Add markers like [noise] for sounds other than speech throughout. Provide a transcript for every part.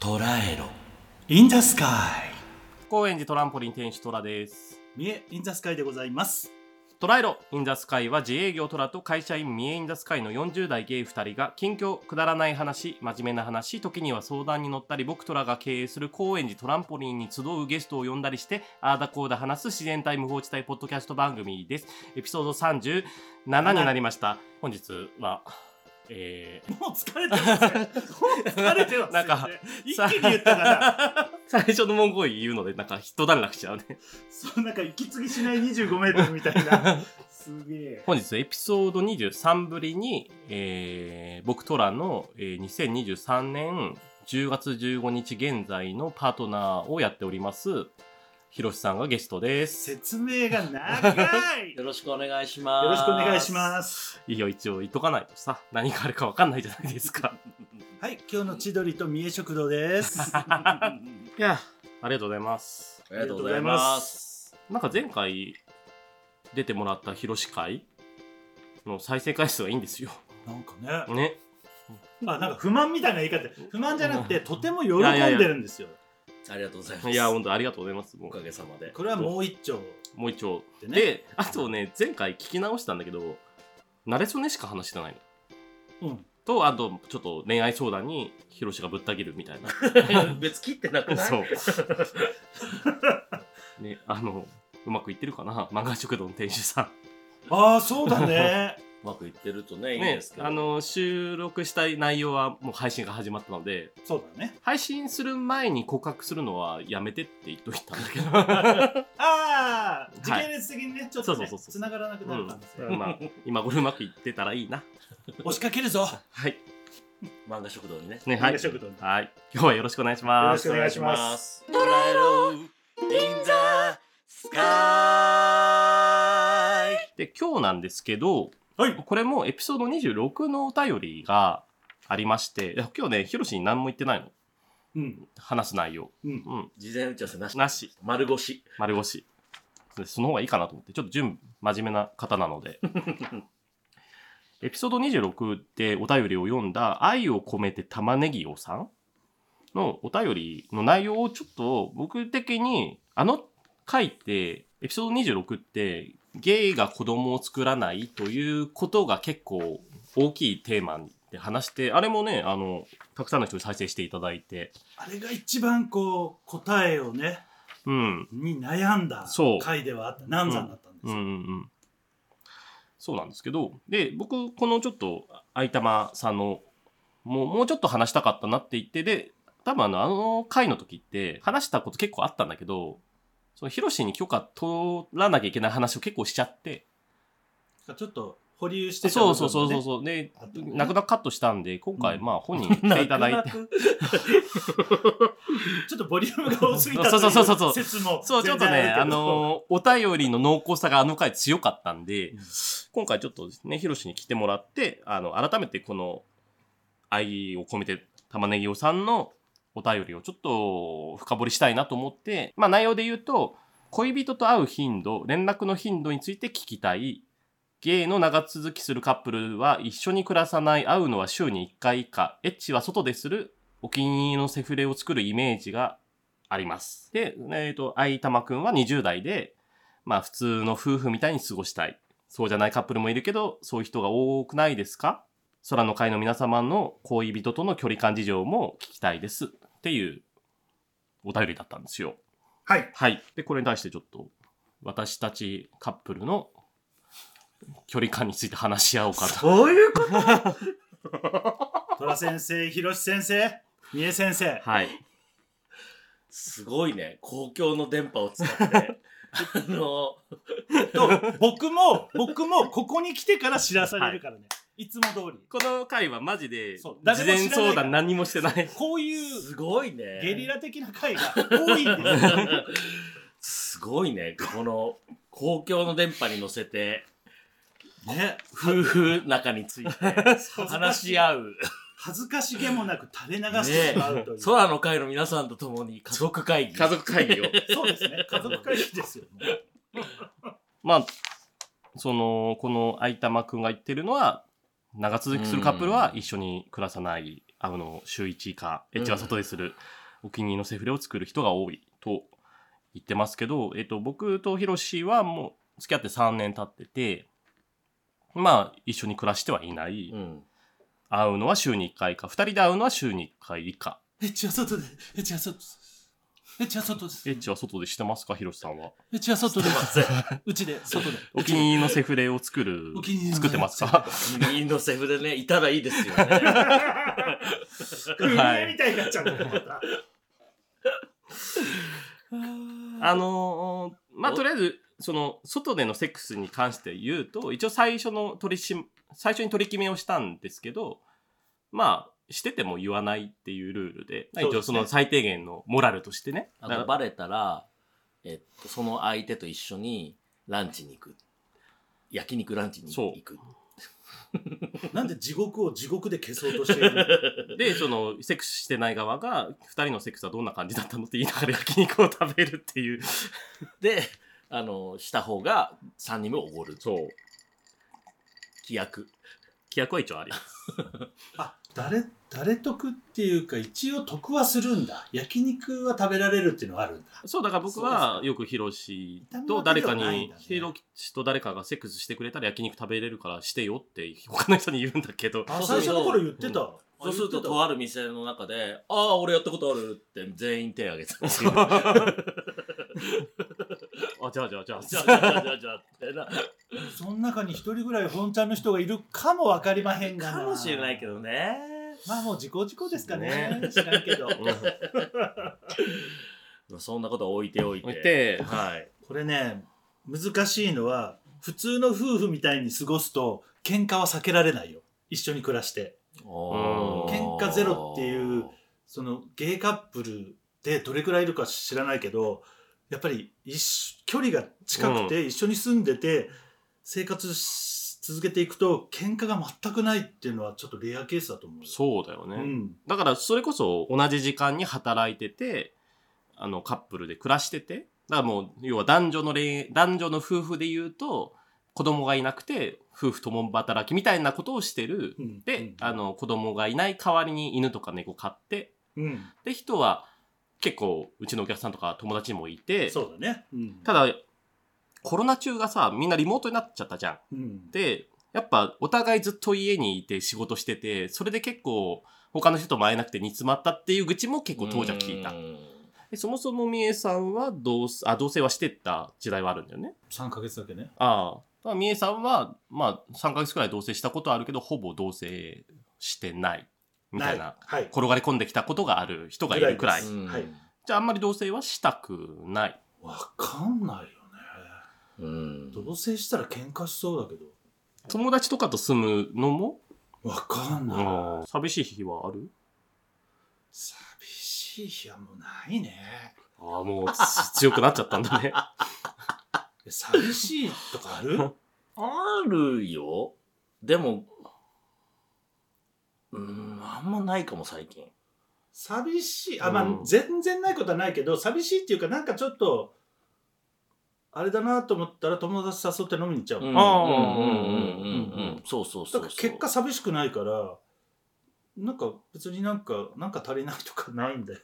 捉えろ。インザスカイ高円寺トランポリン店主トラです。三重インザスカイでございます。トライロインザスカイは自営業トラと会社員三重インザスカイの40代ゲイ2人が近況くだらない話真面目な話時には相談に乗ったり僕トラが経営する高円寺トランポリンに集うゲストを呼んだりしてあーだこーだ話す自然体無法地帯ポッドキャスト番組ですエピソード37になりました本日はえーもう疲れてますね。もう疲れてます、ね。なんか一気に言ったから、 [laughs] 最初の文言言うのでなんか一段落しちゃうねそうなんか息継ぎしない25メートルみたいな。すげえ。本日エピソード23ぶりに、えー僕トラの、えー2023年10月15日現在のパートナーをやっておりますひろしさんがゲストです説明が長い。よよろしくお願いします。ろしくお願いします。いいよ一応言っとかないとさ何があるか分かんないじゃないですかはい、今日の千鳥と三重食堂です。 [laughs] あいやありがとうございますりがとうございます。なんか前回出てもらったひろし会の再生回数がいいんですよなんかね。ねあなんか不満みたいな言い方不満じゃなくてとても喜んでるんですよありがとうございます。いや本当ありがとうございますもおうかげさまで。これはもう一丁もう一丁でねで、あとね、前回聞き直したんだけど、ナレーションねしか話してないの。うんと、あと、ちょっと恋愛相談に、ヒロシがぶった切るみ [laughs] たいな。別切ってなくないそう。ね、あの、うまくいってるかな漫画食堂の店主さああそうだねうまくいってるとね、ん。いいでねす、けど。あの、収録したい内容はもう配信が始まったので、そうだね配信する前に告白するのはやめてって言っといたんだああ時系列的にねちょっとねそうそうそうそう繋がらなく [laughs] なる可能け性、ど、まあ、今頃うまくいってたらいいな。押しかけるぞはい。漫画食堂にね。。ね、漫は画い。食堂はい。今日はよろしくお願いします。よろしくお願いします捉えろ、インザスカイ。で今日なんですけどはいこれもエピソード26のお便りがありましていや今日ねヒロシに何も言ってないのうん話す内容うんうん事前打ち合わせなし。なし丸腰。丸腰でその方がいいかなと思ってちょっと純真面目な方なのでエピソード26でお便りを読んだ「愛を込めて玉ねぎを」さんのお便りの内容をちょっと僕的にあの回ってエピソード26ってゲイが子供を作らないということが結構大きいテーマで話してあれもねあのたくさんの人に再生していただいてあれが一番こう答えをねうんに悩んだそう回ではあった難産だったんですうんよ、うんうん、そうなんですけどで僕このちょっと相玉さんのもうもうちょっと話したかったなって言ってで多分あのあの回の時って話したこと結構あったんだけどそのヒロシに許可取らなきゃいけない話を結構しちゃって、ちょっと保留してた部そ分もねうそうそうそうそうであったね泣く泣くカットしたんで今回うんまあ本人に来ていただ [laughs] いて、ちょっとボリュームが多すぎたといそうそうそうそうう説もそうちょっとね全然あるけどのお便りの濃厚さがあの回強かったんで、うん今回ちょっとですね、ヒロシに来てもらって、あの、改めてこの、愛を込めて玉ねぎおさんのお便りをちょっと深掘りしたいなと思って、まあ内容で言うと、恋人と会う頻度、連絡の頻度について聞きたい。ゲイの長続きするカップルは一緒に暮らさない、会うのは週に1回以下、エッチは外でする、お気に入りのセフレを作るイメージがあります。で、えっ、と、愛玉くんは20代で、まあ普通の夫婦みたいに過ごしたい。そうじゃないカップルもいるけど、そういう人が多くないですか空の会の皆様の恋人との距離感事情も聞きたいです。っていうお便りだったんですよ。はいはい。で、これに対してちょっと、私たちカップルの距離感について話し合おうかと。そういうこと虎先生、広志先生、三重先生。はい。すごいね。公共の電波を使って。あの、と、僕も、僕も、ここに来てから知らされるからね。い、つも通り。この回はマジで、事そう誰も知らな前い相談何もしてない。こういうすごいね。ゲリラ的な回が多いんですよ。すごいね。この公共の電波に乗せて、ね、夫婦仲について話し合う。恥ずかしげもなく垂れ流してしまうという。空の会の皆さんと共に家族会 [laughs] 議。家族会議を。そうですね。家族会議ですよ、ね。まあ、その、この相玉くんが言ってるのは、長続きするカップルは一緒に暮らさない、あの、週1以下、エッチは外でする、お気に入りのセフレを作る人が多いと言ってますけど、えっと、僕とヒロシはもう付き合って3年経ってて、まあ、一緒に暮らしてはいない。うん。会うのは週に1回か、2人で会うのは週に1回以下。エッチは外で、エッチは外です。エッチは外です。エッチは外でしてますか、ヒロシさんは。エッチは外でま、ず、うちで、外で。お気に入りのセフレを作るお気に入り、の作ってますか右のセフレね、いたらいいです [laughs] よね。 [laughs] 組合みたいになっちゃうの、また。あのーまあ、とりあえず、その、外でのセックスに関して言うと、一応最初の取りしん、最初に取り決めをしたんですけど、まあ、してても言わないっていうルールで、そうですね一応その最低限のモラルとしてね。あと、だかバレたら、えっと、その相手と一緒にランチに行く。焼肉ランチに行く。なんで地獄を地獄で消そうとしているのらで、その、セックスしてない側が、二人のセックスはどんな感じだったのって言いながら焼肉を食べるっていう。 [laughs] で、あの、した方が3人目おごる。そう。規約。規約は一応あり。あ、誰、誰得っていうか、一応得はするんだ。焼肉は食べられるっていうのはあるんだ。そうだから僕はよくヒロシと誰かに、ヒロシと誰かがセックスしてくれたら焼肉食べれるからしてよって他の人に言うんだけど、あ、そ最うそう初の頃言ってた。そうすると、あ言ってたとある店の中で、ああ、俺やったことあるって全員手挙げ [laughs] てた。じゃあ、あ、じゃあじゃあじゃあ、じゃあ、じゃあ、じゃあ、ってな。その中に一人ぐらい本ちゃんの人がいるかもわかりまへんがな。かもしれないけどね。まあもう自己自己ですかね。ね知らんけど。そんなことは置いておいて。置いてはい。これね、難しいのは、普通の夫婦みたいに過ごすと、喧嘩は避けられないよ。一緒に暮らして。ん喧嘩ゼロっていうそのゲイカップルでどれくらいいるか知らないけど、やっぱり一緒距離が近くて、一緒に住んでて、生活し続けていくと、喧嘩が全くないっていうのはちょっとレアケースだと思うよ。そうだようね。ん。だからそれこそ同じ時間に働いてて、あのカップルで暮らしてて、だからもう要は男女の恋男女の夫婦で言うと、子供がいなくて夫婦共働きみたいなことをしてる。うんで、うんあの子供がいない代わりに犬とか猫飼ってうん。で人は結構うちのお客さんとか友達もいてそうだね。うん。ただコロナ中がさみんなリモートになっちゃったじゃうん。んでやっぱお互いずっと家にいて仕事しててそれで結構他の人とも会えなくて煮詰まったっていう愚痴も結構当時は聞いた。でそもそもみえさんは同棲あ同棲はしてた時代はあるんだよね。 3ヶ月だけね。ああだからみえさんはまあ3ヶ月くらい同棲したことはあるけどほぼ同棲してないみたいなはい。転がり込んできたことがある人がいるくらい。うんはいじゃああんまり同棲はしたくない。わかんないよね。うん同棲したら喧嘩しそうだけど。友達とかと住むのも、わかんない。うん寂しい日はある寂しい日はもうないね。ああ、もうつ強くなっちゃったんだね。寂しいとかあるあるよ。でも、うん、あんまないかも、最近。寂しい。あ、まあ、うん全然ないことはないけど、寂しいっていうか、なんかちょっと、あれだなと思ったら友達誘って飲みに行っちゃう。うんだかうんうんうんうんうん。そうそうそうそらう。結果寂しくないから、なんか別になんか、なんか足りないとかないんだよ。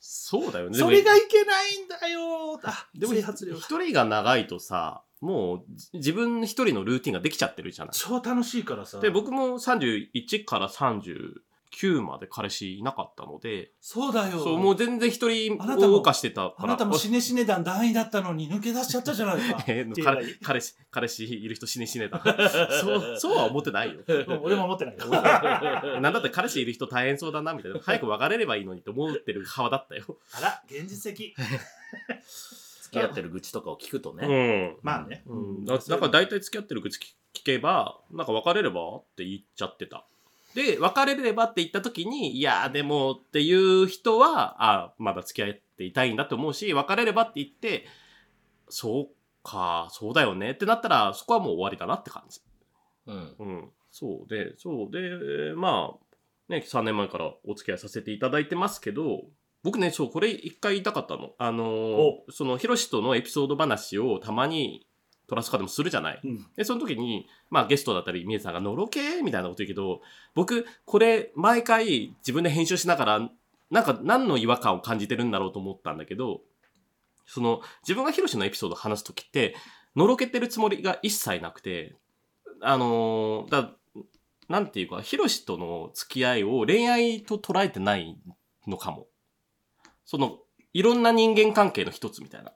そうだよね。でそもれがいけないんだよあ、でも整髪料一人が長いとさ、もうじ自分一人のルーティンができちゃってるじゃない。超楽しいからさ。で、僕も31から39まで彼氏いなかったので、そうだよ。そう、もう全然一人あなたも謳歌してたから。。あなたも死ね死ね団団員だったのに抜け出しちゃったじゃないか [laughs] えーっていうぐら彼い彼氏、彼氏いる人死ね死ねだ。 [laughs] そう、 [laughs] そうは思ってないよ。うん俺も思ってないから。なんだって彼氏いる人大変そうだなみたいな早く別れればいいのにって思ってる派だったよ。あら、現実的。付き合ってる愚痴とかを聞くとね。んまあね。うん、だだから大体付き合ってる口聞けばなんか別れればって言っちゃってた。で別れればって言った時にいやでもっていう人はあまだ付き合っていたいんだと思うし別れればって言ってそうかそうだよねってなったらそこはもう終わりだなって感じ。うん。うん、そうで、そうで、えーまあ、ね、3年前からお付き合いさせていただいてますけど、僕ね、そう、これ一回言いたかったの。あのーおその、ヒロシとのエピソード話をたまにトラスとかでもするじゃない。うんで、その時に、まあゲストだったり、みえさんが、のろけみたいなこと言うけど、僕、これ、毎回自分で編集しながら、なんか何の違和感を感じてるんだろうと思ったんだけど、その、自分がヒロシのエピソードを話す時って、のろけてるつもりが一切なくて、あのーだ、なんていうか、ヒロシとの付き合いを恋愛と捉えてないのかも。その、いろんな人間関係の一つみたいな。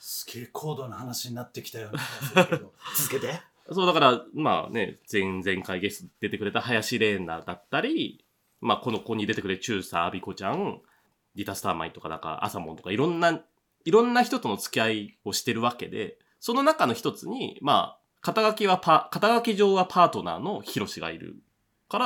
すげえ高度な話になってきたような気がするけど [laughs] 続けてそう、だから、まあね、前々回ゲスト出てくれた林玲奈だったり、まあ、この子に出てくれ、チューサー、アビコちゃん、リタ・スターマイとか、なんか、アサモンとか、いろんな、いろんな人との付き合いをしてるわけで、その中の一つに、まあ、肩書きはパ、肩書き上はパートナーのヒロシがいるか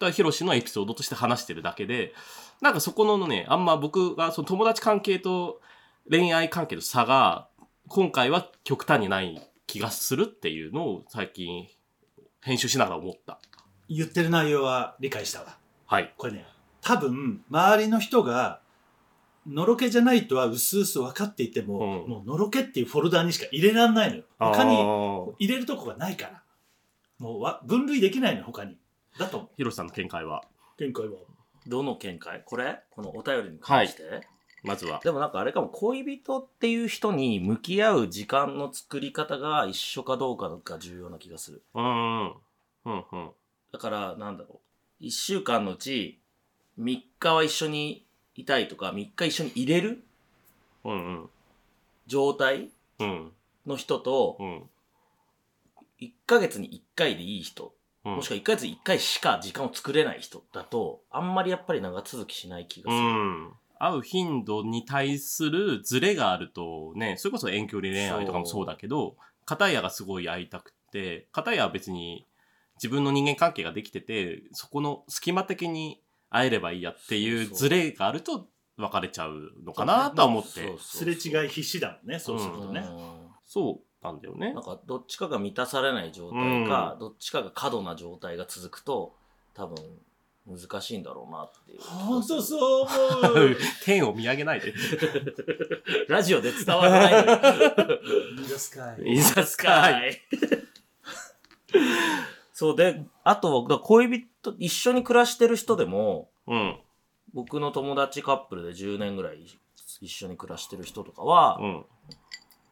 ら、ヒロシのエピソードとして話してるだけで、なんかそこのね、あんま僕がその友達関係と恋愛関係の差が今回は極端にない気がするっていうのを最近編集しながら思った。言ってる内容は理解したわはい。これね多分周りの人がのろけじゃないとはうすうす分かっていても、うんもうのろけっていうフォルダにしか入れらんないのよ他あにー入れるとこがないからもうわ分類できないの他にだと思うヒロシさんの見解は、見解はどの見解これこのお便りに関して、まずは。でもなんかあれかも恋人っていう人に向き合う時間の作り方が一緒かどうかが重要な気がするうーん。うんうん。だからなんだろう1週間のうち3日は一緒にいたいとか3日一緒に入れるうんうん。状態うんの人とうん。 1ヶ月に1回でいい人うん。もしくは1ヶ月に1回しか時間を作れない人だとあんまりやっぱり長続きしない気がうする、ん。会う頻度に対するズレがあるとね、それこそ遠距離恋愛とかもそうだけど、片やがすごい会いたくて、片やは別に自分の人間関係ができてて、そこの隙間的に会えればいいやっていうそうそうズレがあると別れちゃうのかなとは思って。すれ違い必至だもんねそうするうとんね、そうなんだよねなん。かどっちかが満たされない状態か、どっちかが過度な状態が続くと多分難しいんだろうなっていう本当そう思う [laughs] 天を見上げないで。ラジオで伝わらないのよいいですかいいざすかい。 [laughs] そうであと僕恋人一緒に暮らしてる人でもうん。僕の友達カップルで10年ぐらい一緒に暮らしてる人とかは、うん。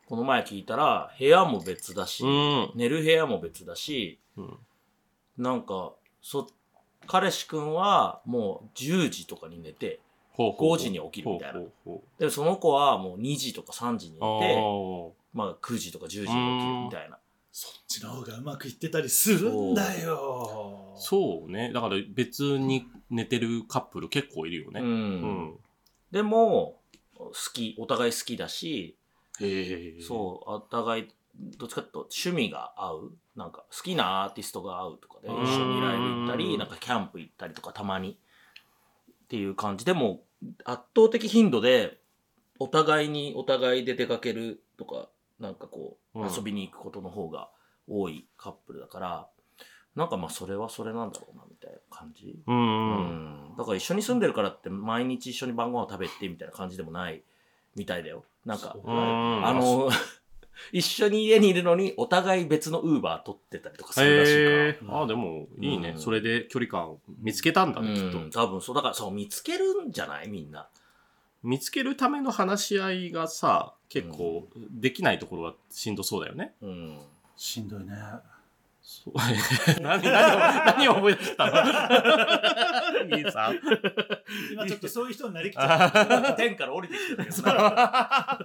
この前聞いたら部屋も別だし、うん。寝る部屋も別だしうん。なんかそ彼氏くんはもう10時とかに寝てほう5時に起きるみたいなほうほうほうでその子はもう2時とか3時に寝あてーまあ9時とか10時に起きるみたいなそっちの方がうまくいってたりするんだよそうね。だから別に寝てるカップル結構いるよう。ね。うんでも好きお互い好きだしへえ。そうお互いどっちかっていうと趣味が合うなんか好きなアーティストが合うとかでうん一緒にライブ行ったりなんかキャンプ行ったりとかたまにっていう感じでも圧倒的頻度でお互いにお互いで出かけるとかなんかこううん遊びに行くことの方が多いカップルだからなんかまあそれはそれなんだろうなみたいな感じ、う。うんうん。だから一緒に住んでるからって毎日一緒に晩ご飯を食べてみたいな感じでもないみたいだよなんかそううんあの、 [laughs] 一緒に家にいるのに、お互い別のウーバー取ってたりとかするらしへいえか。らあー、でもいいねう。んそれで距離感見つけたんだから。ね、きっうんと。多分そう、だからそう、見つけるんじゃないみんな。見つけるための話し合いがさ、結構できないところはしんどそうだよね。うん。しんどいねそう [laughs] 何何を何を思い出したの [laughs] 兄さん。今ちょっとそういう人になりきっちゃった [laughs] 天から降りてきてるけどな。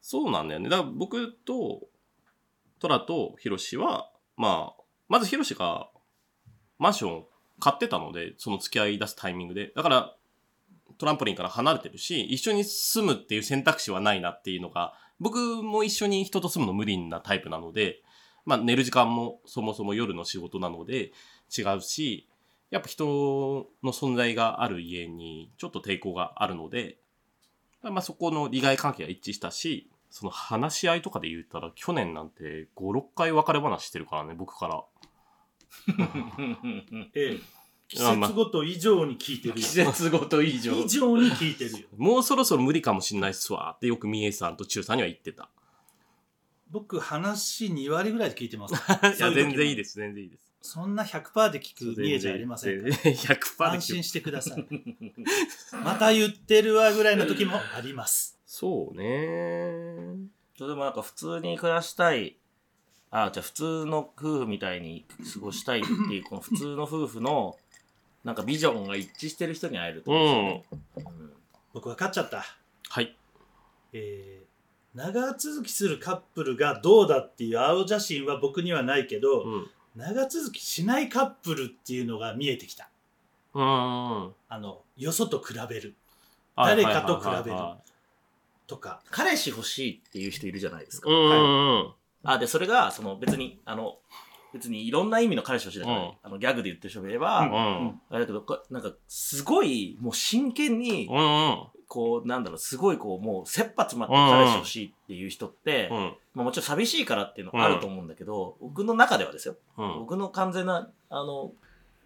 そうなんだよね。だから僕と、トラとヒロシは、まあ、まずヒロシがマンションを買ってたので、その付き合い出すタイミングで。だから、トランポリンから離れてるし、一緒に住むっていう選択肢はないなっていうのが、僕も一緒に人と住むの無理なタイプなので、まあ寝る時間もそもそも夜の仕事なので違うし、やっぱ人の存在がある家にちょっと抵抗があるので、まあそこの利害関係が一致したし、その話し合いとかで言ったら去年なんて5、6回別れ話してるからね、僕から。ええ季節ごと以上に聞いてるよ節ごと [laughs] 以以上に聞いてるよ [laughs] もうそろそろ無理かもしんないっすわってよくみえさんとちゅうさんには言ってた。僕話2割ぐらいで聞いてますいや、全然いいです、全然いいです。そんな100%で聞く見えじゃありません全然100%で安聞心くしてくださいまた言ってるわぐらいの時もありますそうね。それでもなんか普通に暮らしたい、あ、じゃあ普通の夫婦みたいに過ごしたいっていう、この普通の夫婦の、なんかビジョンが一致してる人に会えるとう思ん。うんですよねうん僕分かっちゃったはい。えー長続きするカップルがどうだっていう青写真は僕にはないけど、うん。うん長続きしないカップルっていうのが見えてきた。ああのよそと比べるはい誰かと比べるはとか彼氏欲しいっていう人いるじゃないですか。いはいはいうん。あ、で、それが、その別に、あの、別にいろんな意味の彼氏欲しいだから、うんあの、ギャグで言ってる人もいれば、うんうん。あれだけど、こなんか、すごい、もう真剣に、うこう、なんだろう、すごいこう、もう、切羽詰まって彼氏欲しいっていう人って、んうん。まあもちろん寂しいからっていうのはあると思うんだけど、僕の中ではですよ。うん。僕の完全な、あの、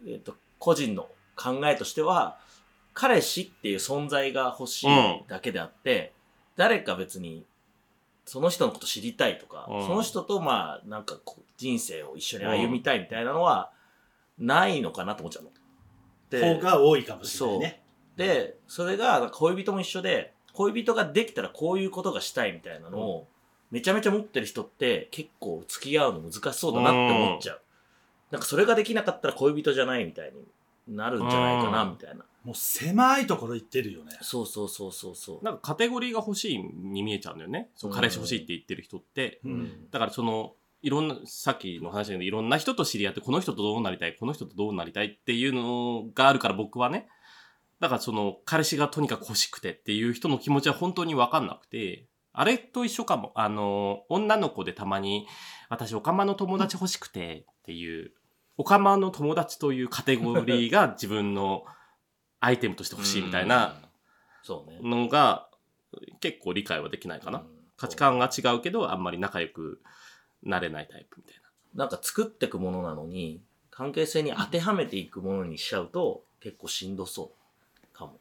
えっ、と、個人の考えとしては、彼氏っていう存在が欲しいだけであって、誰か別に、その人のこと知りたいとか、うんその人とまあ、なんかこう、人生を一緒に歩みたいみたいなのは、ないのかなと思っちゃうの。で方が多いかもしれないね。で、それが、恋人も一緒で、恋人ができたらこういうことがしたいみたいなのを、めちゃめちゃ持ってる人って、結構付き合うの難しそうだなって思っちゃう。なんかそれができなかったら恋人じゃないみたいになるんじゃないかな、うんみたいな。もう狭いところ行ってるよね。そうそうそうそうそう。なんかカテゴリーが欲しいに見えちゃうんだよね。そううん彼氏欲しいって言ってる人って。ううんん。だからその、いろんな、さっきの話だけど、いろんな人と知り合って、この人とどうなりたい、この人とどうなりたいっていうのがあるから僕はね、だからその、彼氏がとにかく欲しくてっていう人の気持ちは本当にわかんなくて、あれと一緒かも。あの、女の子でたまに、私、おかまの友達欲しくてっていう、おかまの友達というカテゴリーが自分のアイテムとして欲しいみたいなうん。そうね。のが、結構理解はできないかな。うん価値観が違うけど、あんまり仲良くなれないタイプみたいなんか作っていくものなのに、関係性に当てはめていくものにしちゃうと、結構しんどそうかも。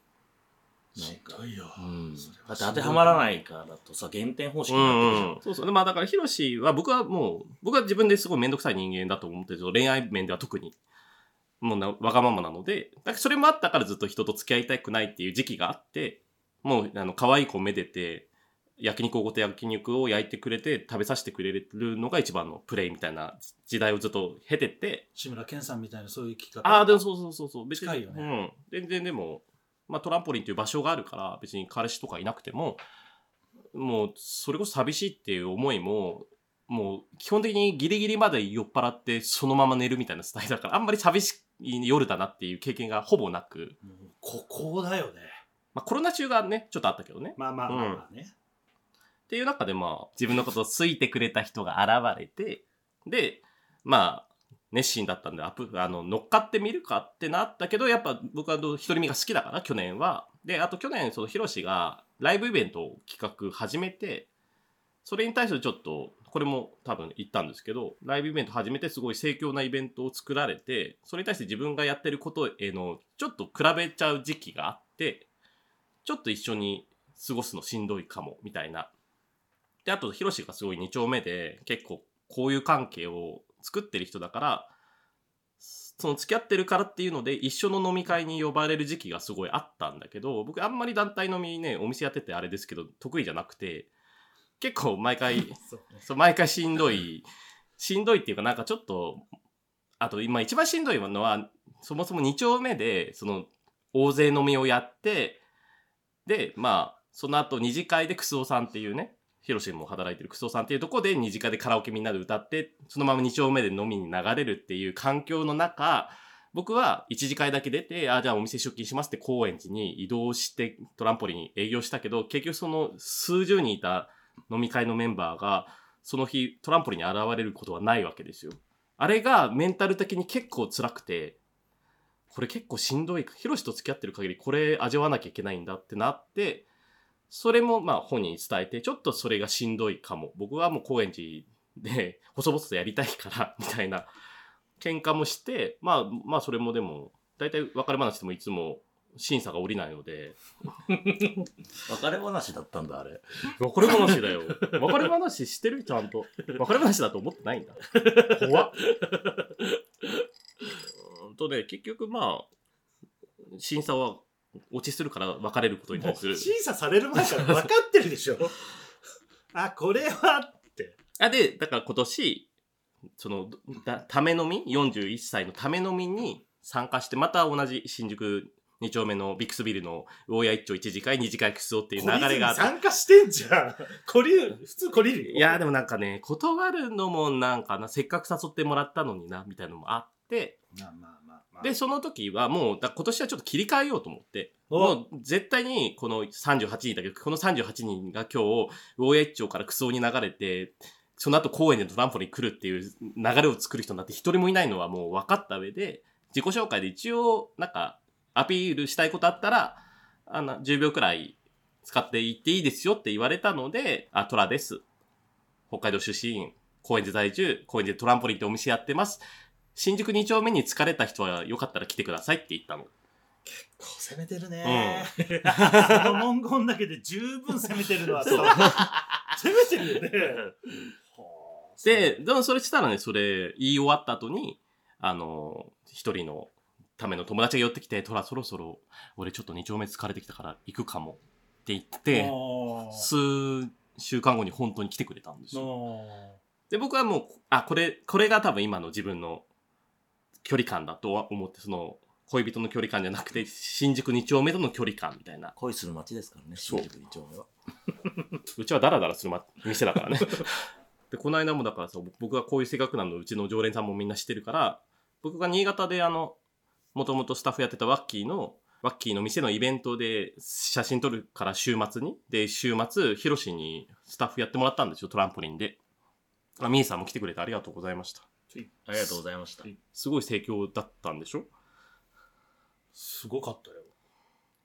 しんどいよ。うんそれだはっすてごい当てはまらないからだとさ、減点方式な。になってくるじゃん。そうそう。でまあだから、ヒロシは僕はもう、僕は自分ですごい面倒くさい人間だと思ってるけど恋愛面では特に、もうなわがままなので、だからそれもあったからずっと人と付き合いたくないっていう時期があって、もう、あの、可愛い子をめでて、焼肉をごと焼肉を焼いてくれて、食べさせてくれるのが一番のプレイみたいな時代をずっと経てて、志村けんさんみたいなそういう生き方。ああ、でもそうそうそうそう。別に近いよねうん。全然でも、まあトランポリンという場所があるから、別に彼氏とかいなくても、もう、それこそ寂しいっていう思いも、もう、基本的にギリギリまで酔っ払って、そのまま寝るみたいなスタイルだから、あんまり寂しい夜だなっていう経験がほぼなく、もうここだよね。まあコロナ中がね、ちょっとあったけどね。まあまあまあまあね。っていう中でまあ、自分のことを好いてくれた人が現れて、で、まあ、熱心だったんで、アップ、あの、乗っかってみるかってなったけど、やっぱ僕は独り身が好きだから、去年は。で、あと去年、その、ヒロシがライブイベントを企画始めて、それに対してちょっと、これも多分言ったんですけど、ライブイベント始めてすごい盛況なイベントを作られて、それに対して自分がやってることへの、ちょっと比べちゃう時期があって、ちょっと一緒に過ごすのしんどいかも、みたいなで、あと、ヒロシがすごい2丁目で、結構、こういう関係を作ってる人だから、その付き合ってるからっていうので、一緒の飲み会に呼ばれる時期がすごいあったんだけど、僕、あんまり団体飲みね、お店やっててあれですけど、得意じゃなくて、結構毎回、そうねそう、毎回しんどい、しんどいっていうかなんかちょっと、あと今一番しんどいのは、そもそも2丁目で、その、大勢飲みをやって、で、まあ、その後二次会でクスオさんっていうね、ヒロシも働いてるクスオさんっていうとこで二次会でカラオケみんなで歌って、そのまま2丁目で飲みに流れるっていう環境の中、僕は一次会だけ出て、あ、じゃあお店出勤しますって高円寺に移動してトランポリン営業したけど、結局その数十人いた飲み会のメンバーが、その日トランポリンに現れることはないわけですよ。あれがメンタル的に結構辛くて、これ結構しんどい。ヒロシと付き合ってる限りこれ味わわなきゃいけないんだってなって、それもまあ本人に伝えて、ちょっとそれがしんどいかも。僕はもう高円寺で細々とやりたいから、みたいな喧嘩もして、まあまあそれもでも、大体別れ話でもいつも審査が下りないので、別れ話だったんだ、あれ。別れ話 [laughs] だよ。別れ話してるちゃん [laughs] と。別れ話だと思ってないんだ。怖っ。うーんとね、結局まあ、審査は落ちするから別れることにも対うする。審査される前から分かってるで [laughs] しょあこれはあ、で、だから今年、その、だためのみ、41歳のためのみに参加して、また同じ新宿2丁目のビックスビルの大谷一丁一次会、二次会クソっていう流れが懲りあっずてに。参加してんじゃん懲りる普通懲りるよいや、でもなんかね、断るのもなんかな、せっかく誘ってもらったのにな、みたいなのもあって、まあまあまあまあで、その時はもう、だ今年はちょっと切り替えようと思って、おもう絶対にこの38人だけど、この38人が今日、大江一丁からクソに流れて、その後公園でトランポリン来るっていう流れを作る人なんて一人もいないのはもう分かった上で、自己紹介で一応、なんか、アピールしたいことあったら、あの、10秒くらい使っていっていいですよって言われたので、あ、トラです。北海道出身、公園で在住、公園でトランポリンってお店やってます。新宿2丁目に疲れた人はよかったら来てくださいって言ったの。こう攻めてるね、その文言だけで十分攻めてるの [laughs] はさ攻めてるよねはあで、でもそれしたらね、それ言い終わった後に、あの、一人のための友達が寄ってきて、トラそろそろ俺ちょっと2丁目疲れてきたから行くかもって言って、ああ数週間後に本当に来てくれたんですよ。ので、僕はもう、あ、これ、これが多分今の自分の距離感だとは思って、その、恋人の距離感じゃなくて、新宿2丁目との距離感みたいな。恋する街ですからね、そう新宿2丁目は。うちはダラダラするま店だからね。で、この間もだからさ、僕がこういう性格なの、うちの常連さんもみんな知ってるから、僕が新潟であの、もともとスタッフやってたワッキーの、ワッキーの店のイベントで写真撮るから週末に。で、週末、ヒロシにスタッフやってもらったんですよ、トランポリンで。あ、ミーさんも来てくれてありがとうございました。ありがとうございました。すごい盛況だったんでしょすごかったよ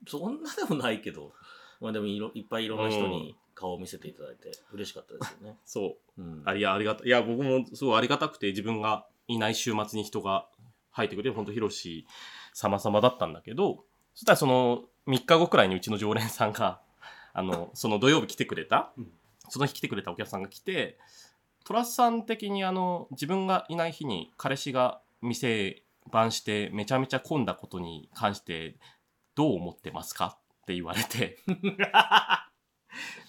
そんなでもないけど、まあでもいろいっぱいいろんな人に顔を見せていただいて嬉しかったですよね。そう。うんあいや、ありがたい。や、僕もすごいありがたくて、自分がいない週末に人が入ってくれる、本当ヒロシ様々だったんだけど、そしたらその3日後くらいにうちの常連さんが、 [laughs] あの、その土曜日来てくれたうん、その日来てくれたお客さんが来て、トラスさん的にあの、自分がいない日に彼氏が店番してめちゃめちゃ混んだことに関してどう思ってますかって言われて、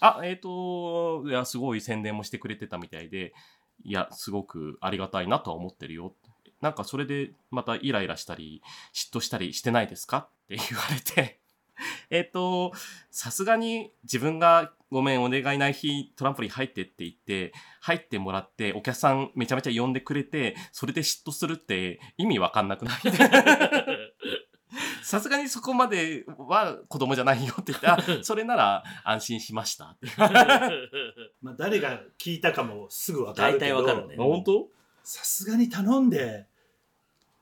あ、えっ、と、いや、すごい宣伝もしてくれてたみたいで、いや、すごくありがたいなとは思ってるよ。なんかそれでまたイライラしたり、嫉妬したりしてないですかって言われて、 [laughs] えっと、さすがに自分がごめんお願いない日トランポリン入ってって言って、入ってもらってお客さんめちゃめちゃ呼んでくれて、それで嫉妬するって意味わかんなくないさすがにそこまでは子供じゃないよって [laughs] 言って、あ、それなら安心しましたって。まあ誰が聞いたかもすぐ分かる大けど体わかるね。当さすがに頼んで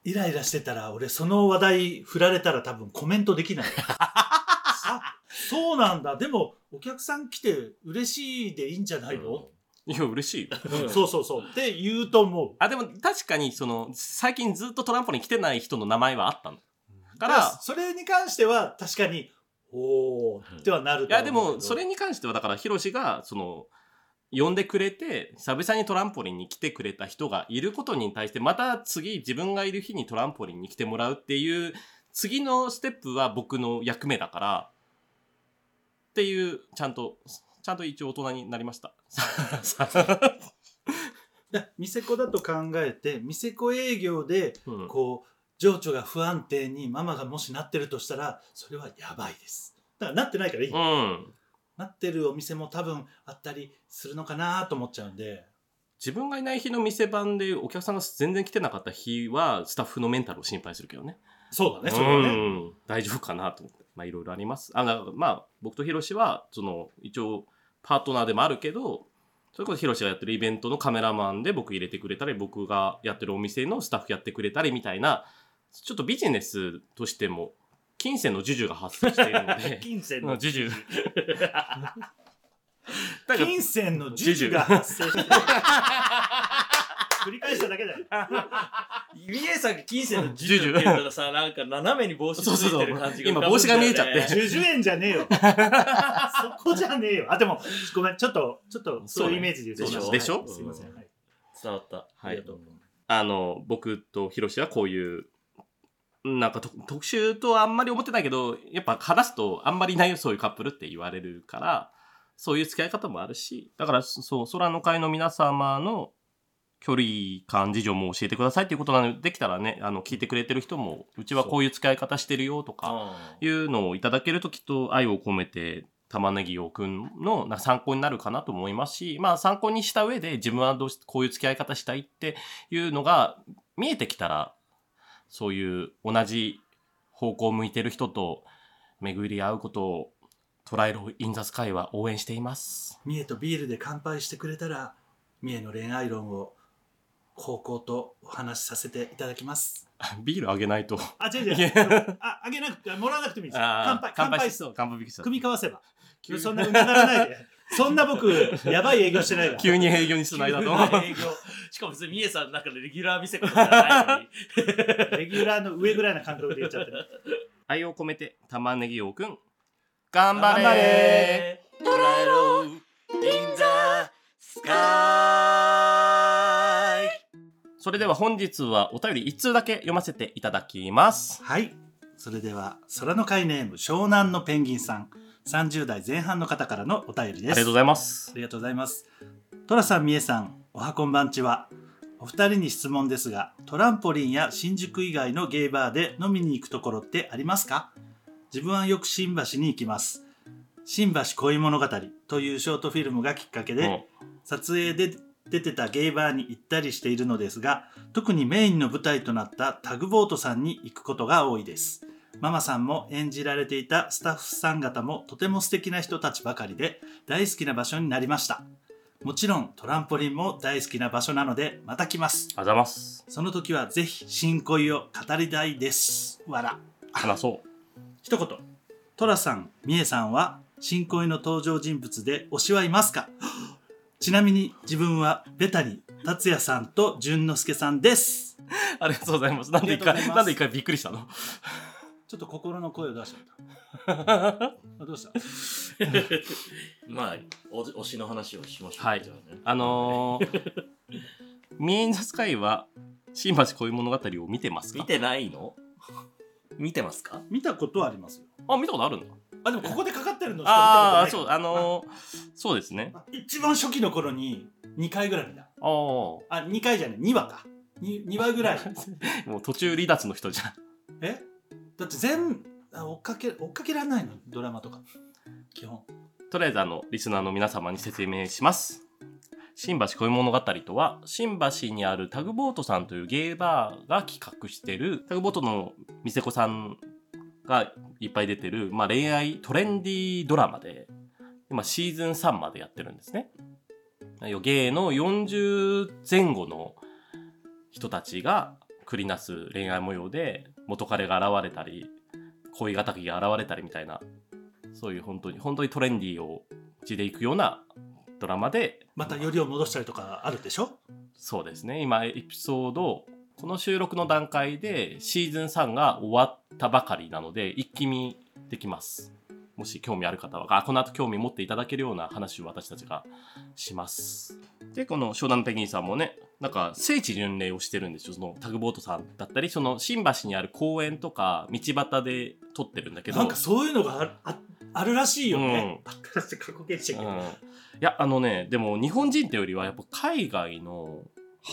イライラしてたら俺その話題振られたら多分コメントで [laughs] きないあそうなんだでもお客さん来て嬉しいでいいんじゃないの、いや、嬉しいよ。うんそうそうそうって言うと思あ、でも確かに、その、最近ずっとトランポリン来てない人の名前はあったの。うかかららそれに関しては確かにおおってはなるいとはや、で思うけども、それに関しては、だから、ヒロシが、その、呼んでくれて、久々にトランポリンに来てくれた人がいることに対して、また次、自分がいる日にトランポリンに来てもらうっていう、次のステップは僕の役目だから、っていう、ちゃんと、ちゃんと一応大人になり [laughs] ました。だ店子だと考えて店子営業でうんこう情緒が不安定にママがもしなってるとしたらそれはやばいですだからなってないからいい、うん。なってるお店も多分あったりするのかなと思っちゃうんで自分がいない日の店番でお客さんが全然来てなかった日はスタッフのメンタルを心配するけどね。そうだねそれはうねん大丈夫かなと思って。まあいろいろあります。あのまあ僕とヒロシはその一応パートナーでもあるけど、それこそヒロシがやってるイベントのカメラマンで僕入れてくれたり、僕がやってるお店のスタッフやってくれたりみたいな、ちょっとビジネスとしても金銭の授受が発生しているの [laughs] で、金銭うん授受。だ [laughs] から金銭の [laughs] [laughs] 授受が発生して繰り返しただけだよ美瑛さんが金銭のジュジュって言ったらさ、なんか斜めに帽子つそうそういそてうる感じが浮今か帽ぶ子んだが見よね、えちゃって10円じゃね [laughs] えよ。そこじゃねえよ。あ、でも、ごめん、ちょっと、ちょっと、そういうイメージで言うとそうね思いでますしょはいすいません。はい伝わった。はいありがとう。あの、僕とヒロシはこういう、なんかと特集とはあんまり思ってないけど、やっぱ話すとあんまりいないよ、そういうカップルって言われるから、そういう付き合い方もあるし、だから、そそう、空の会の皆様の距離感事情も教えてくださいっていうことなので、できたらね、あの、聞いてくれてる人も、うちはこういう付き合い方してるよとか、あーいうのをいただけるときっと愛を込めて玉ねぎをくんのな参考になるかなと思いますし、まあ参考にした上で自分はどうしこういう付き合い方したいっていうのが見えてきたら、そういう同じ方向を向いてる人と巡り合うことをトライロインザスカイは応援しています。三重とビールで乾杯してくれたら、三重の恋愛論を、高校とお話しさせていただきます。 [laughs] ビールあげないと。あ、違うい違やう。あ、あげなくて、もらわなくてもいいです。 [laughs] 乾杯、乾杯し。そう。乾杯しそう。組み交わせば。そんな、うながら [laughs] ないで。そんな僕、やばい営業してない [laughs] から。 [laughs] 急に営業につないだと。営業。しかも別に三重さんの中 [laughs] でレギュラー見せことじゃないのに。レギュラーの上ぐらいな感覚で言っちゃってる。愛を込めて玉ねぎをくん。頑張れ頑張れトライローそれでは本日はお便り一通だけ読ませていただきます。はい。それでは、空の会ネーム、湘南のペンギンさん。30代前半の方からのお便りありです。がとうございますあ。りがとうございます。トラさん、みえさん、おはこんばんちは。お二人に質問ですが、トランポリンや新宿以外のゲイバーで飲みに行くところってありますか自分はよく新橋に行きます。新橋恋物語というショートフィルムがきっかけで、撮影で出てたゲイバーに行ったりしているのですが特にメインの舞台となったタグボートさんに行くことが多いですママさんも演じられていたスタッフさん方もとても素敵な人たちばかりで大好きな場所になりましたもちろんトランポリンも大好きな場所なのでまた来ますあざます。その時はぜひ新恋を語りたいですわら話そう。一言トラさん、ミエさんは新恋の登場人物で推しはいますか [gasps] ちなみに自分はベタに達也さんと淳之介さんです [laughs] ありがとうございます。なんで一ありが回、とうございますなんで一回びっくりしたのちょっと心の声を出しちゃったあ [laughs] どうしたまあ、お推しの話をしましょう。はいじゃあねあのー、 [laughs] ミーインザスカイは新橋恋物語を見てますか見てないの見てますか見たことはありますよあ、見たことあるんだ。あでもここでかかってるのしあかあ、見たこそう、あのー、そうで [laughs] すね。とない一番初期の頃に2回ぐらい見たああ、もあ2回じゃない2話か 2, 2話ぐ [laughs] らいう途中離脱の人じゃん。えだって全あ追っかけ追っかけられないのドラマとか基本とりあえずあのリスナーの皆様に説明します新橋恋物語とは新橋にあるタグボートさんというゲイバーが企画してるタグボートの店子さんがいっぱい出てる、まあ、恋愛トレンディードラマで今シーズン3までやってるんですねゲイの40前後の人たちが繰りなす恋愛模様で元彼が現れたり恋敵が現れたりみたいなそういう本当に本当にトレンディーを地でいくようなドラマでまたよりを戻したりとかあるでしょそうですね今エピソードこの収録の段階でシーズン3が終わったばかりなので一気見できますもし興味ある方はあこの後興味持っていただけるような話を私たちがしますでこの湘南ペギンさんもねなんか聖地巡礼をしてるんですよそのタグボートさんだったりその新橋にある公園とか道端で撮ってるんだけどなんかそういうのがあるああるらしいよね。うあったらしい過去形跡。うんいやあのねでも日本人ってよりはやっぱ海外の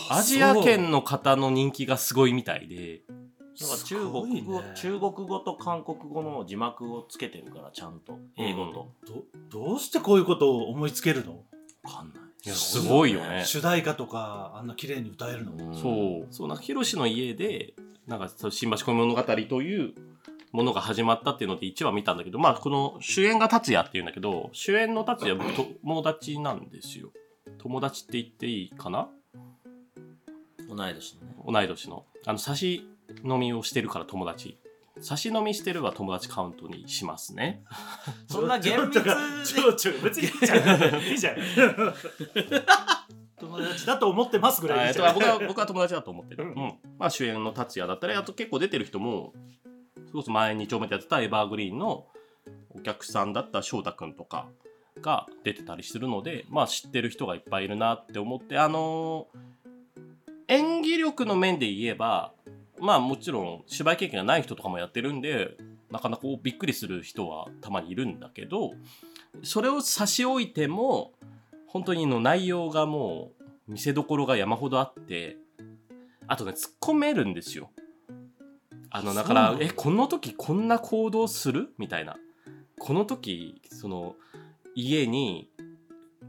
アジア圏の方の人気がすごいみたいでなんかす中ごい国ね語、中国語と韓国語の字幕をつけてるから、ちゃんと。英語と。どどうしてこういうことを思いつけるのわかんない。いやすごいよね主題歌とかあんな綺麗に歌えるの、そうそうなんか広志の家でなんかそう新橋恋物語というものが始まったっていうので1話見たんだけどまあこの主演が達也っていうんだけど主演の達也僕と友達なんですよ友達って言っていいかなうん。同い年のね。同い年のあの差し飲みをしてるから友達差し飲みしてるは友達カウントにしますね [laughs] そんな厳密ちょちょちょちょ別にいいじゃんいいじゃん友達だと思ってますぐらいいえいっじとゃん [laughs] 僕は僕は友達だと思ってる、うんうんまあ、主演の達也だったりあと結構出てる人もそれこそ前に丁目でやってたエバーグリーンのお客さんだった翔太くんとかが出てたりするので、まあ、知ってる人がいっぱいいるなって思ってあのー演技力の面で言えばまあもちろん芝居経験がない人とかもやってるんでなかなかこうびっくりする人はたまにいるんだけどそれを差し置いても本当にの内容がもう見せどころが山ほどあってあとね突っ込めるんですよ。あのだかそうらな「のえこの時こんな行動する?」みたいなこの時その家に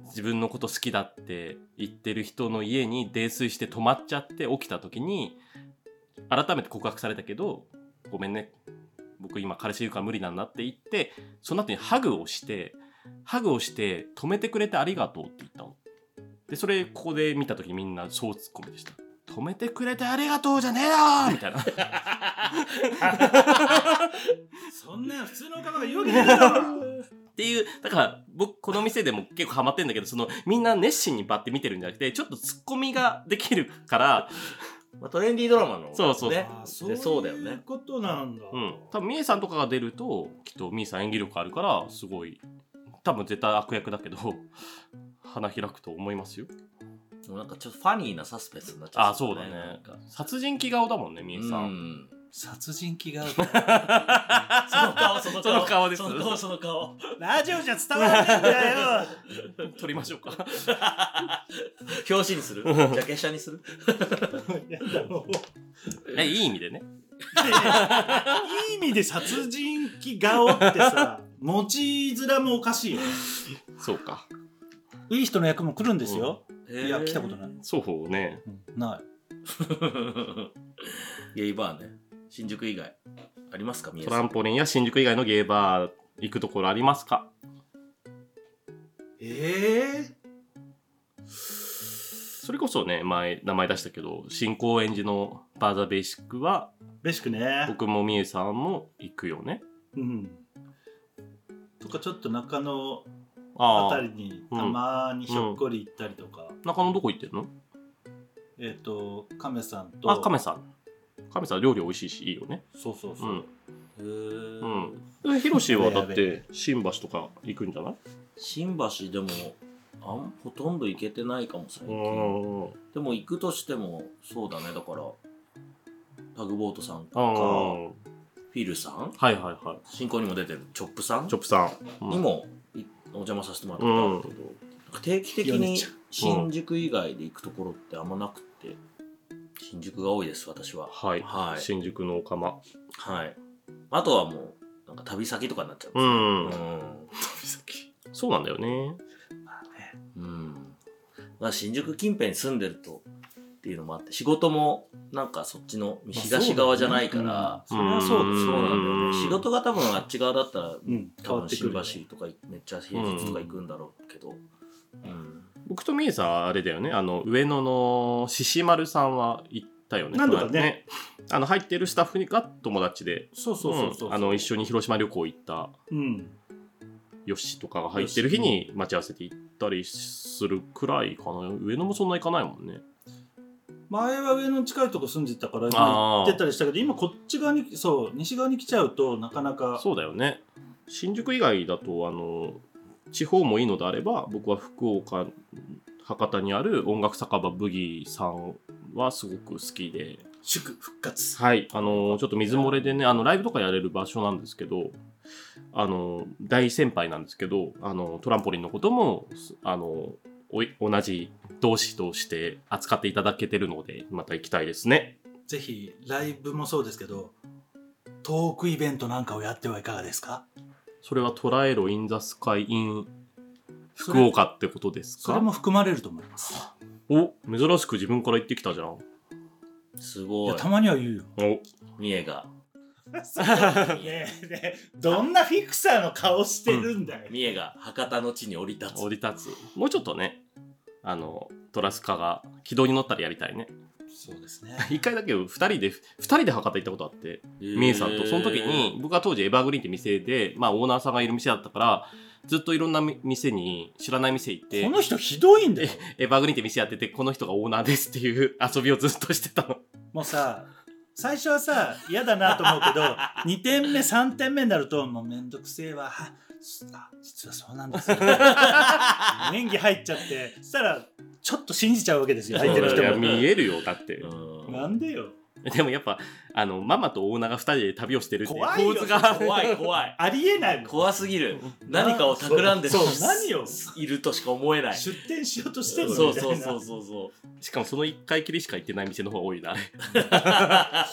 自分のこと好きだって言ってる人の家に泥酔して泊まっちゃって起きた時に改めて告白されたけど「ごめんね僕今彼氏いるから無理なんだ」って言ってその後にハグをしてハグをして止めてくれてありがとうって言ったの。でそれここで見た時みんなそうツッコミでした。止めてくれてありがとうじゃねえよーみたいな。そんな普通のおかが言うわけないだろっていう、だから僕この店でも結構ハマってんだけど、そのみんな熱心にバッて見てるんじゃなくて、ちょっとツッコミができるから、まあ、トレンディードラマの、そうそうねあーでそうだよねことなんだ、うん。多分みえさんとかが出ると、きっとみえさん演技力あるから、すごい、多分絶対悪役だけど、花開くと思いますよ。でもなんかちょっとファニーなサスペンスになっちゃあ、そうだねなんか。殺人鬼顔だもんね、みえさ。うんん殺人鬼がその顔その顔その顔ですその顔その顔ラジオじゃ伝わらないんだよ撮りましょうか。表紙にする [laughs] ジャケ写にするやだもう [laughs] え、いい意味でね。いい意味で殺人鬼顔ってさ持ちづらもおかしいよねそうか。いい人の役も来るんですよ、いや来たことない、双方ね。うんない [laughs] ゲイバーね新宿以外ありますか宮トさラんンポリンや新宿以外のゲーバー行くところありますかええそれこそね、前、名前出したけど、新高円寺のバーザベーシックは、ベシックね僕もみえさんも行くよね。うんとかちょっと中野ああたあり、にたまにひょっこり行ったりとか、中野どこ行ってんのえっ、と亀さんとあ、亀さん。亀さん料理美味しいし、いいよね。そうそうそうう、ん。へーうん。えヒロシはだって、新橋とか行くんじゃない新橋でもあんほとんど行けてないかも最う近ん。うん。でも行くとしてもそうだねだからタグボートさんとかフはィルさんいはいは進行にも出てるチョップさんい。チョップさん。うにんもいお邪魔させてもらったんだけど、定期的ヨネにちゃん新宿以外で行くところってあんまなくて新宿が多いです私ははい。はい新宿のおかま。はいあとはもうなんか旅先とかになっちゃううんん。ですよそうなんだよね。うん、うんまあ、新宿近辺に住んでるとっていうのもあって仕事もなんかそっちの東側じゃないから、それはそうですそうなんだよねうん仕事が多分あっち側だったらうん多変わ分って新く橋るしとかめっちゃ平日とか行くんだろうけど、うん、僕とみえさんあれだよねあの上野の獅子丸さんは行ったよね何度かねこの間あの入ってるスタッフが友達でそうそうそうそう、うんあの一緒に広島旅行行ったうんヨッシーとかが入ってる日に待ち合わせて行ったりするくらいかな上野もそんな行かないもんね前は上の近いとこ住んでたからあー行ってたりしたけど今こっち側にそう西側に来ちゃうとなかなかそうだよね新宿以外だとあの地方もいいのであれば僕は福岡博多にある音楽酒場ブギーさんはすごく好きで祝復活はい、あのちょっと水漏れでね、あのライブとかやれる場所なんですけど、あの大先輩なんですけど、あのトランポリンのことも、すあのおい同じ同志として扱っていただけてるので、また行きたいですね。ぜひライブもそうですけどトークイベントなんかをやってはいかがですかそれはトラエロ・イン・ザ・スカイ・イン・福岡ってことですそれもか含まれると思いますお珍しく自分から言ってきたじゃん。おすいごいやたまには [laughs] 言うよ三重がねえねえどんなフィクサーの顔してるんだよ、三重が博多の地に降り立つ降り立つ。もうちょっとね、あのトラスカが軌道に乗ったらやりたいね。そうですね一回だけど、二人で、二人で博多行ったことあって。みえさんとその時 [laughs] に僕は当時エバーグリーンって店で、まあ、オーナーさんがいる店だったからずっといろんなみ店に知らない店行ってこの人ひどいんだよ [laughs] エバーグリーンって店やっててこの人がオーナーですっていう遊びをずっとしてたのもうさ最初はさ嫌だなと思うけど2点目3点目になるともうめんどくせえわはあ実はそうなん [laughs] ですよ、ね、演技入っちゃってそしたらちょっと信じちゃうわけですよ相手の人いやも見えるよ、だって。なんでよでもやっぱ、あの、ママとオーナーが二人で旅をしてるっていう怖いよ構図が。怖い怖い。ありえないもん怖す [laughs] ぎる。何かを企んでそうそう何をいるとしか思えない。出店しようとしてるそうのそうみたいそうなそうそう。しかもその一回きりしか行ってない店の方が多いな。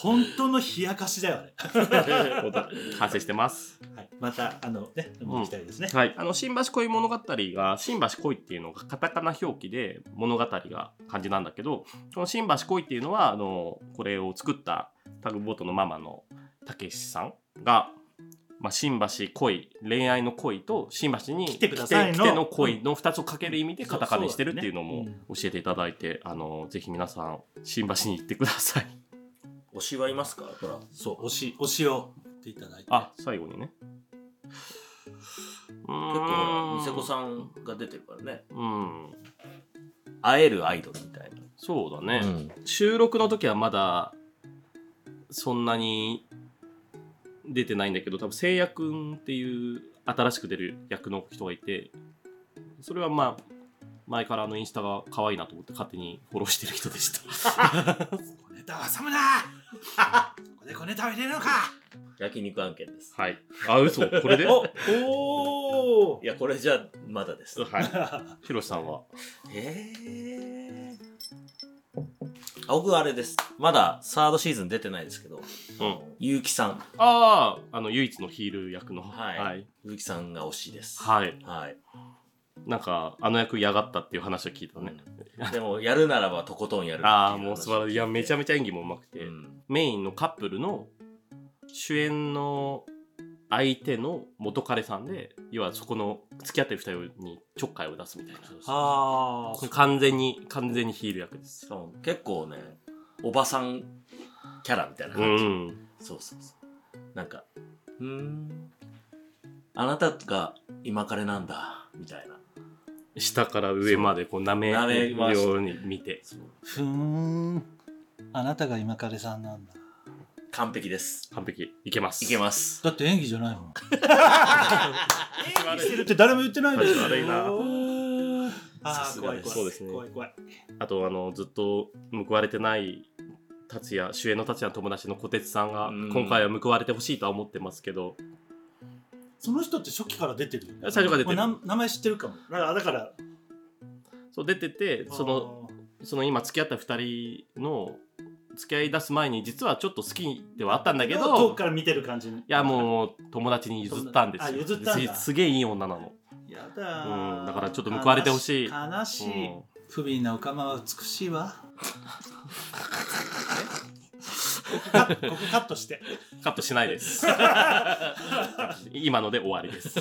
本当の冷やかしだよね、 [laughs] 反省してます。はい、またあのね飲みに行きたいですね、はい。あの、新橋恋物語が、新橋恋っていうのがカタカナ表記で物語が漢字なんだけど、この新橋恋っていうのは、あの、これを作ったタグボートのママのたけしさんが、まあ、新橋恋、恋愛の恋と新橋に来てくださいの来ての恋の2つをかける意味でカタカナにしてるっていうのそうもそうだね教えていただいて、あの、ぜひ皆さん、新橋に行ってください。推しはいますかほら。そう推し推しを言っていただいてあ、最後にね。結結構ほら、ニセコさんが出てるからね。うん、会えるアイドルみたいそうだねな。、ん。収録の時はまだそんなに出てないんだけど多分せいやくんっていう新しく出る役の人がいてそれはまあ前からあのインスタが可愛いなと思って勝手にフォローしてる人でした小ネタは挟むなここで小ネタを入れるのか焼肉案件です。はいあ嘘これでおおおいや、これじゃあまだです。はいひろしさんはへえ。あ僕はあれです。まだサードシーズン出てないですけど、うんゆうきさん。あああの唯一のヒール役のはいはい、ゆうきさんが推しです。はいはい。なんかあの役嫌がったっていう話を聞いたね、でも、やるならばとことんやるっていああもう素晴らしいいやめちゃめちめちゃ演技もうまくて、メインのカップルの主演の相手の元彼さんで要はそこの付き合ってる二人にちょっかいを出すみたいなあこれ完全に完全にヒール役ですしかも結構ねおばさんキャラみたいなう感じ、んそうそうそうなんか「うーんあなたが今彼なんだ」みたいな下から上までこう舐め舐めまるすように見てそうふーんあなたが今彼さんなんだ完璧です完璧いけますいけますだって演技じゃないもん気持ち悪いだって誰も言ってないです気持ち悪いなあさあすが怖いです怖いそうですね怖い怖いあとあのずっと報われてない達也主演の達也の友達の小鉄さんがうん今回は報われてほしいとは思ってますけどその人って初期から出てるよね最初から出てる俺名名前知ってるかもだからだからそう出ててそのその今付き合った2人の付き合い出す前に実はちょっと好きではあったんだけの遠くどから見てる感じいやもう友達に譲ったんですよあ譲ったんだすすげえいい女なの、やだーうんだからちょっと報われてほしい悲悲しい、うん不憫なおかまは美しいわここカットここカットしてカットしないです [laughs] 今ので終わりです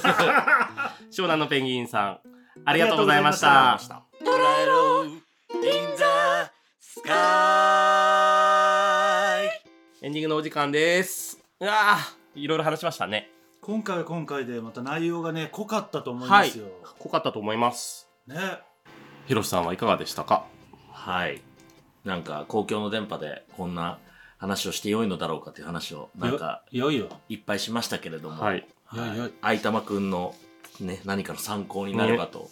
湘南のペンギンさんありがとうございましありがとうございたました「捉えろ in the sky」エンディングのお時間ですうわーいろいろ話しましたね今回は今回でまた内容がね濃かったと思いますよ、濃かったと思いますねひろしさんはいかがでしたかはいなんか公共の電波でこんな話をして良いのだろうかという話をなんかよいよいっぱいしましたけれども、はいはいはい愛玉くんの、ね、何かの参考になればと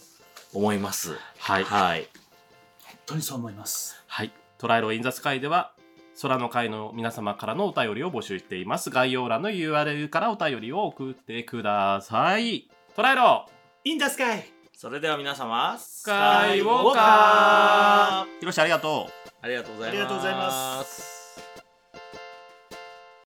思います。はいはい。本当にそう思いますはい。トライロインザスカイでは、空の会の皆様からのお便りを募集しています。概要欄の URL からお便りを送ってください。トライロインダスカイそれでは皆様、ススカイウォーカーひろしありがとうーありがとうございあます。。りがとうございます